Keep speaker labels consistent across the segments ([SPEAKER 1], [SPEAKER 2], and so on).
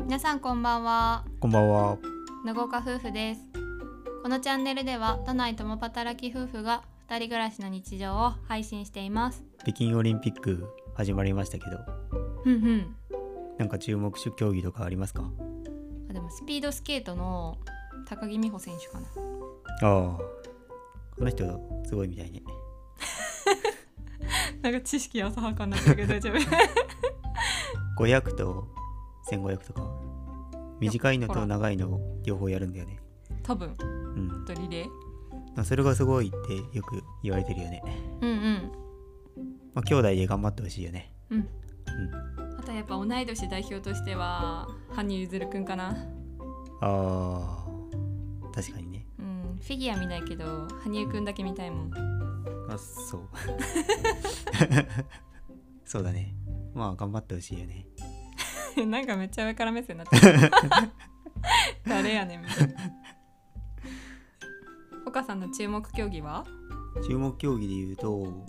[SPEAKER 1] 皆さんこんばんは
[SPEAKER 2] こんばんは。
[SPEAKER 1] 長岡夫婦ですこのチャンネルでは都内共働き夫婦が二人暮らしの日常を配信しています
[SPEAKER 2] 北京オリンピック始まりましたけど、
[SPEAKER 1] うんうん
[SPEAKER 2] なんか注目種競技とかありますか？
[SPEAKER 1] あでもスピードスケートの高木美帆選手かな
[SPEAKER 2] ああ、この人すごいみたいね。
[SPEAKER 1] なんか知識浅はかになったけど大丈夫
[SPEAKER 2] 500と1500とか短いの
[SPEAKER 1] ほら
[SPEAKER 2] と長いの両方やるんだよね。
[SPEAKER 1] 多分
[SPEAKER 2] うん。
[SPEAKER 1] とリレー
[SPEAKER 2] まあそれがすごいってよく言われてるよね。
[SPEAKER 1] うん
[SPEAKER 2] まあ兄弟で頑張ってほしいよね。
[SPEAKER 1] うんうんあとやっぱ同い年代表としては羽生結弦くんかな
[SPEAKER 2] ああ、確かにね。
[SPEAKER 1] うんフィギュア見ないけど羽生くんだけ見たいもん
[SPEAKER 2] あ、そう。 そうだね。まあ頑張ってほしいよね。
[SPEAKER 1] なんかめっちゃ上から目線になってる 誰やねんみたいな岡さんの注目競技は
[SPEAKER 2] 注目競技で言うと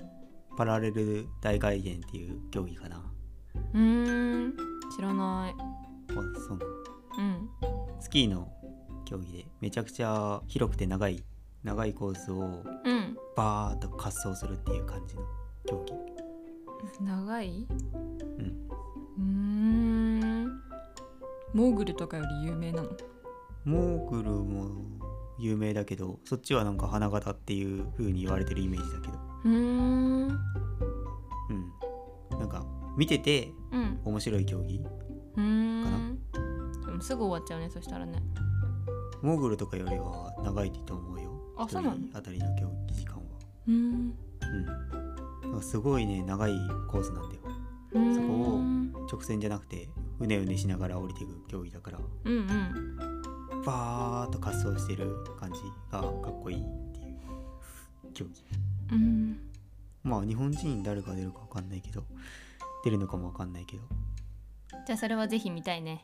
[SPEAKER 2] パラレル大回転っていう競技かな
[SPEAKER 1] うーん知らない
[SPEAKER 2] あそうなの
[SPEAKER 1] うん
[SPEAKER 2] スキーの競技でめちゃくちゃ広くて長い長いコースを
[SPEAKER 1] うん
[SPEAKER 2] バーッと滑走するっていう感じの競技
[SPEAKER 1] 長い
[SPEAKER 2] うん
[SPEAKER 1] うーんモーグルとかより有名なの
[SPEAKER 2] モーグルも有名だけどそっちはなんか花形っていう風に言われてるイメージだけど
[SPEAKER 1] うーん
[SPEAKER 2] うんなんか見てて
[SPEAKER 1] うん
[SPEAKER 2] 面白い競技
[SPEAKER 1] うーんでもすぐ終わっちゃうねそしたらね
[SPEAKER 2] モーグルとかよりは長いと思うよ
[SPEAKER 1] あそうなの
[SPEAKER 2] 一人当たりの競技時間は
[SPEAKER 1] うーん
[SPEAKER 2] うん、なんかすごいね長いコースなんだよ
[SPEAKER 1] うーん
[SPEAKER 2] そこを直線じゃなくてうねうねしながら降りていく競技だから
[SPEAKER 1] うんうん
[SPEAKER 2] バーッと滑走してる感じがかっこいいっていう競技
[SPEAKER 1] うん
[SPEAKER 2] まあ日本人誰が出るかわかんないけど出るのかもわかんないけど
[SPEAKER 1] じゃあそれはぜひ見たいね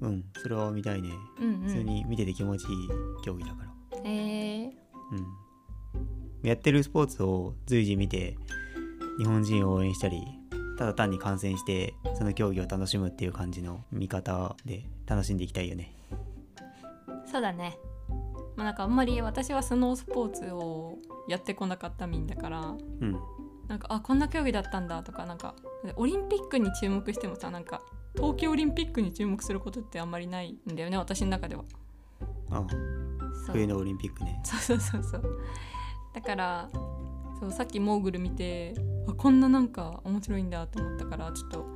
[SPEAKER 2] うんそれは見たいね
[SPEAKER 1] うんうん
[SPEAKER 2] 普通に見てて気持ちいい競技だから
[SPEAKER 1] えー、
[SPEAKER 2] うんやってるスポーツを随時見て日本人を応援したりただ単に観戦してその競技を楽しむっていう感じの見方で楽しんでいきたいよね
[SPEAKER 1] そうだねまあなんかあんまり私はスノースポーツをやってこなかった民だから
[SPEAKER 2] うん
[SPEAKER 1] なんかあこんな競技だったんだとかなんかオリンピックに注目してもさなんか東京オリンピックに注目することってあんまりないんだよね私の中では
[SPEAKER 2] あ
[SPEAKER 1] そう
[SPEAKER 2] 冬のオリンピックね
[SPEAKER 1] そうそうそうそうだからそうさっきモーグル見てあこんななんか面白いんだと思ったからちょっと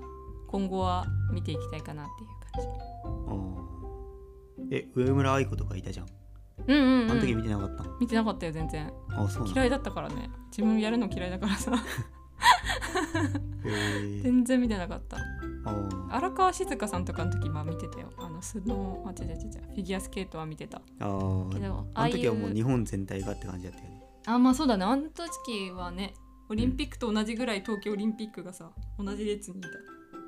[SPEAKER 1] 今後は見ていきたいかなっていう感
[SPEAKER 2] あーえ上村愛子とかいたじゃん
[SPEAKER 1] じうんうん、
[SPEAKER 2] あ
[SPEAKER 1] うん、
[SPEAKER 2] の時見てなかったの、
[SPEAKER 1] 見てなかったよ全然
[SPEAKER 2] あそうなの
[SPEAKER 1] 嫌いだったからね自分やるの嫌いだからさ
[SPEAKER 2] へー
[SPEAKER 1] 全然見てなかった
[SPEAKER 2] あー
[SPEAKER 1] 荒川静香さんとかの時は見てたよあのスノーあ違う違う違うフィギュアスケートは見てた
[SPEAKER 2] あ
[SPEAKER 1] け
[SPEAKER 2] ー
[SPEAKER 1] どああ
[SPEAKER 2] あの
[SPEAKER 1] い
[SPEAKER 2] 時はもう日
[SPEAKER 1] う
[SPEAKER 2] 本全体がって感じだったよね
[SPEAKER 1] あまあそうだねあの時はねオリンピックと同じぐらい東京オリンピックがさ同じ列にいた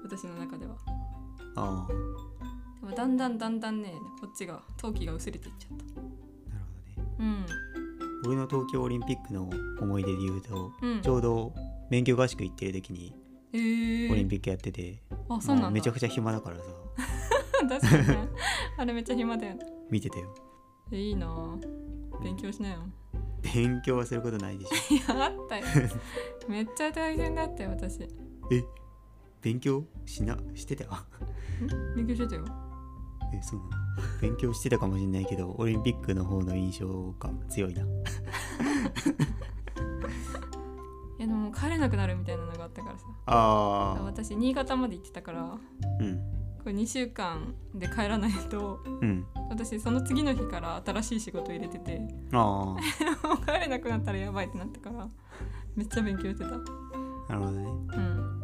[SPEAKER 1] 私の中では
[SPEAKER 2] ああ
[SPEAKER 1] でもだんだんだんだんねこっちが陶器が薄れていっちゃった
[SPEAKER 2] なるほどね
[SPEAKER 1] うん
[SPEAKER 2] 俺の東京オリンピックの思い出で言うと、
[SPEAKER 1] うん
[SPEAKER 2] ちょうど免許合宿行ってる時に
[SPEAKER 1] えー、
[SPEAKER 2] オリンピックやってて、
[SPEAKER 1] あそうなん
[SPEAKER 2] ま
[SPEAKER 1] だ
[SPEAKER 2] あめちゃくちゃ暇だからさ
[SPEAKER 1] 確かにねあれめっちゃ暇だよね
[SPEAKER 2] 見てたよ
[SPEAKER 1] えいいなぁ勉強しなよ
[SPEAKER 2] 勉強はすることないでしょ
[SPEAKER 1] いやあ ったよめっちゃ大変だったよ私
[SPEAKER 2] え勉強しなしてた
[SPEAKER 1] 勉強してたよ
[SPEAKER 2] えそうなの勉強してたかもしれない けどオリンピックの方の印象が強いない
[SPEAKER 1] やでも帰れなくなるみたいなのがあったからさ
[SPEAKER 2] あ
[SPEAKER 1] 私新潟まで行ってたから
[SPEAKER 2] ーうん
[SPEAKER 1] これ2週間で帰らないと
[SPEAKER 2] うん
[SPEAKER 1] 私その次の日から新しい仕事入れてて
[SPEAKER 2] あ
[SPEAKER 1] もう帰れなくなったらやばいってなったからめっちゃ勉強してた
[SPEAKER 2] あなるほどね
[SPEAKER 1] うん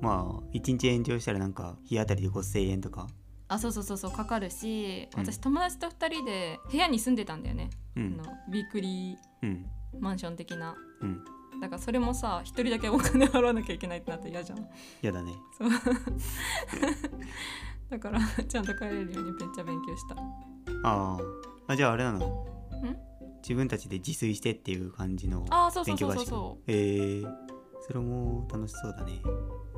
[SPEAKER 2] まあ一日延長したらなんか日当たりで5000円とか
[SPEAKER 1] あそうそうそうそうかかるし
[SPEAKER 2] うん
[SPEAKER 1] 私友達と2人で部屋に住んでたんだよね、
[SPEAKER 2] う
[SPEAKER 1] あ
[SPEAKER 2] ん
[SPEAKER 1] のウィークリー
[SPEAKER 2] うん
[SPEAKER 1] マンション的な
[SPEAKER 2] うん
[SPEAKER 1] だからそれもさ1人だけお金払わなきゃいけないってなったら嫌じゃん
[SPEAKER 2] やだね
[SPEAKER 1] そうだからちゃんと帰れるようにめっちゃ勉強した
[SPEAKER 2] あああじゃああれなの自分たちで自炊してっていう感じの
[SPEAKER 1] あーそうそう
[SPEAKER 2] 勉
[SPEAKER 1] そ
[SPEAKER 2] 強
[SPEAKER 1] う
[SPEAKER 2] 合
[SPEAKER 1] そう
[SPEAKER 2] 宿
[SPEAKER 1] そ
[SPEAKER 2] えー、すそれも楽しそうだね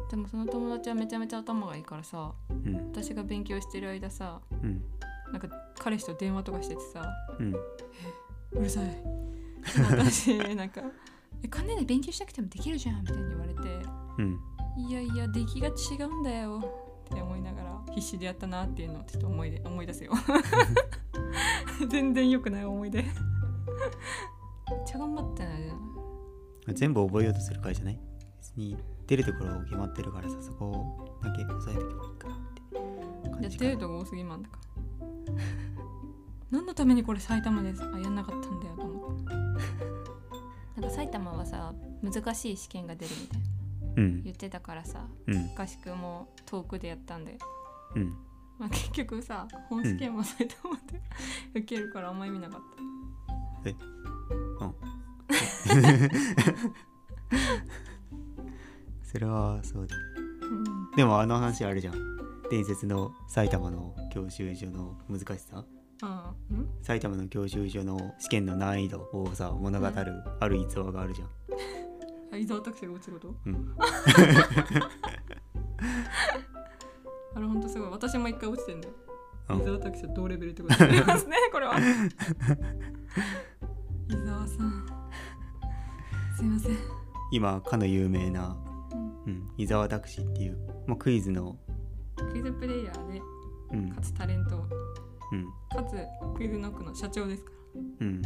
[SPEAKER 1] でもその友達はめちゃめちゃ頭がいいからさ
[SPEAKER 2] うん
[SPEAKER 1] 私が勉強してる間さ
[SPEAKER 2] うん
[SPEAKER 1] なんか彼氏と電話とかしててさ
[SPEAKER 2] うん
[SPEAKER 1] うるさい私なんかえ「金で勉強しなくてもできるじゃん」みたいに言われて
[SPEAKER 2] うん
[SPEAKER 1] 「いやいや出来が違うんだよ」って思いながら必死でやったなっていうのをちょっと思い出思い出 すよ全然良くない思い出めっ ちゃ頑張ったな
[SPEAKER 2] 全部覚えようとする会じゃない別に出るところ決まってるからさそこだけ押さえておけばいいかなって感
[SPEAKER 1] やって
[SPEAKER 2] じかな
[SPEAKER 1] るとこ多すぎまんだから 何のためにこれ埼玉ですあやんなかったんだよと思ってなんか埼玉はさ難しい試験が出るみたいな
[SPEAKER 2] うん
[SPEAKER 1] 言ってたからさ
[SPEAKER 2] うん
[SPEAKER 1] 合宿も遠くでやったんで、
[SPEAKER 2] うん
[SPEAKER 1] まあ、結局さ本試験も埼玉で受けるからあんま意味なかった
[SPEAKER 2] それはそうだ
[SPEAKER 1] うん
[SPEAKER 2] でもあの話あるじゃん伝説の埼玉の教習所の難しさ
[SPEAKER 1] あーん
[SPEAKER 2] 埼玉の教習所の試験の難易度をさ物語るある逸話があるじゃん、
[SPEAKER 1] あ伊沢拓司が落ちること
[SPEAKER 2] うん、
[SPEAKER 1] あれほんとすごい私も一回落ちてんだよ
[SPEAKER 2] あ
[SPEAKER 1] 伊沢拓司は同レベルってこと になりますねこれは伊沢さんすいません、
[SPEAKER 2] 今かの有名な、
[SPEAKER 1] うん
[SPEAKER 2] うん、伊沢拓司っていう、まあ、クイズの、
[SPEAKER 1] クイズプレイヤーで
[SPEAKER 2] うん
[SPEAKER 1] かつタレント
[SPEAKER 2] うん
[SPEAKER 1] かつクイズノックの社長ですから
[SPEAKER 2] うん、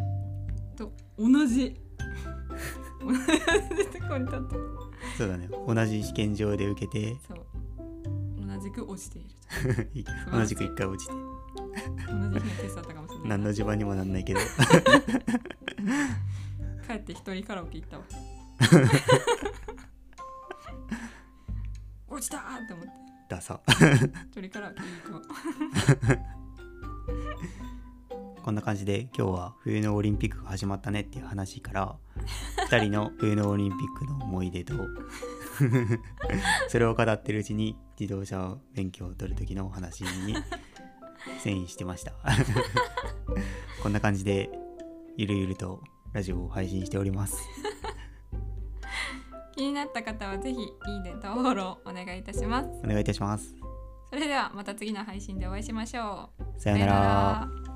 [SPEAKER 1] と同じ同じとこに立って
[SPEAKER 2] そうだね同じ試験場で受けて
[SPEAKER 1] そう同じく落ちていると
[SPEAKER 2] 同じく一回落ちて
[SPEAKER 1] 同じ日のテストだったかもしれない
[SPEAKER 2] 何の自慢にもなんないけど
[SPEAKER 1] 帰って一人カラオケ行 ったわ落ちたーって思って
[SPEAKER 2] ダサ
[SPEAKER 1] 一人カラオケ行くわ
[SPEAKER 2] こんな感じで今日は冬のオリンピックが始まったねっていう話から2人の冬のオリンピックの思い出と それを語ってるうちに自動車免許を取る時のお話に遷移してました こんな感じでゆるゆるとラジオを配信しております
[SPEAKER 1] 気になった方はぜひいいねとフォローお願いいたします
[SPEAKER 2] お願いいたします
[SPEAKER 1] それではまた次の配信でお会いしましょう
[SPEAKER 2] さようなら
[SPEAKER 1] う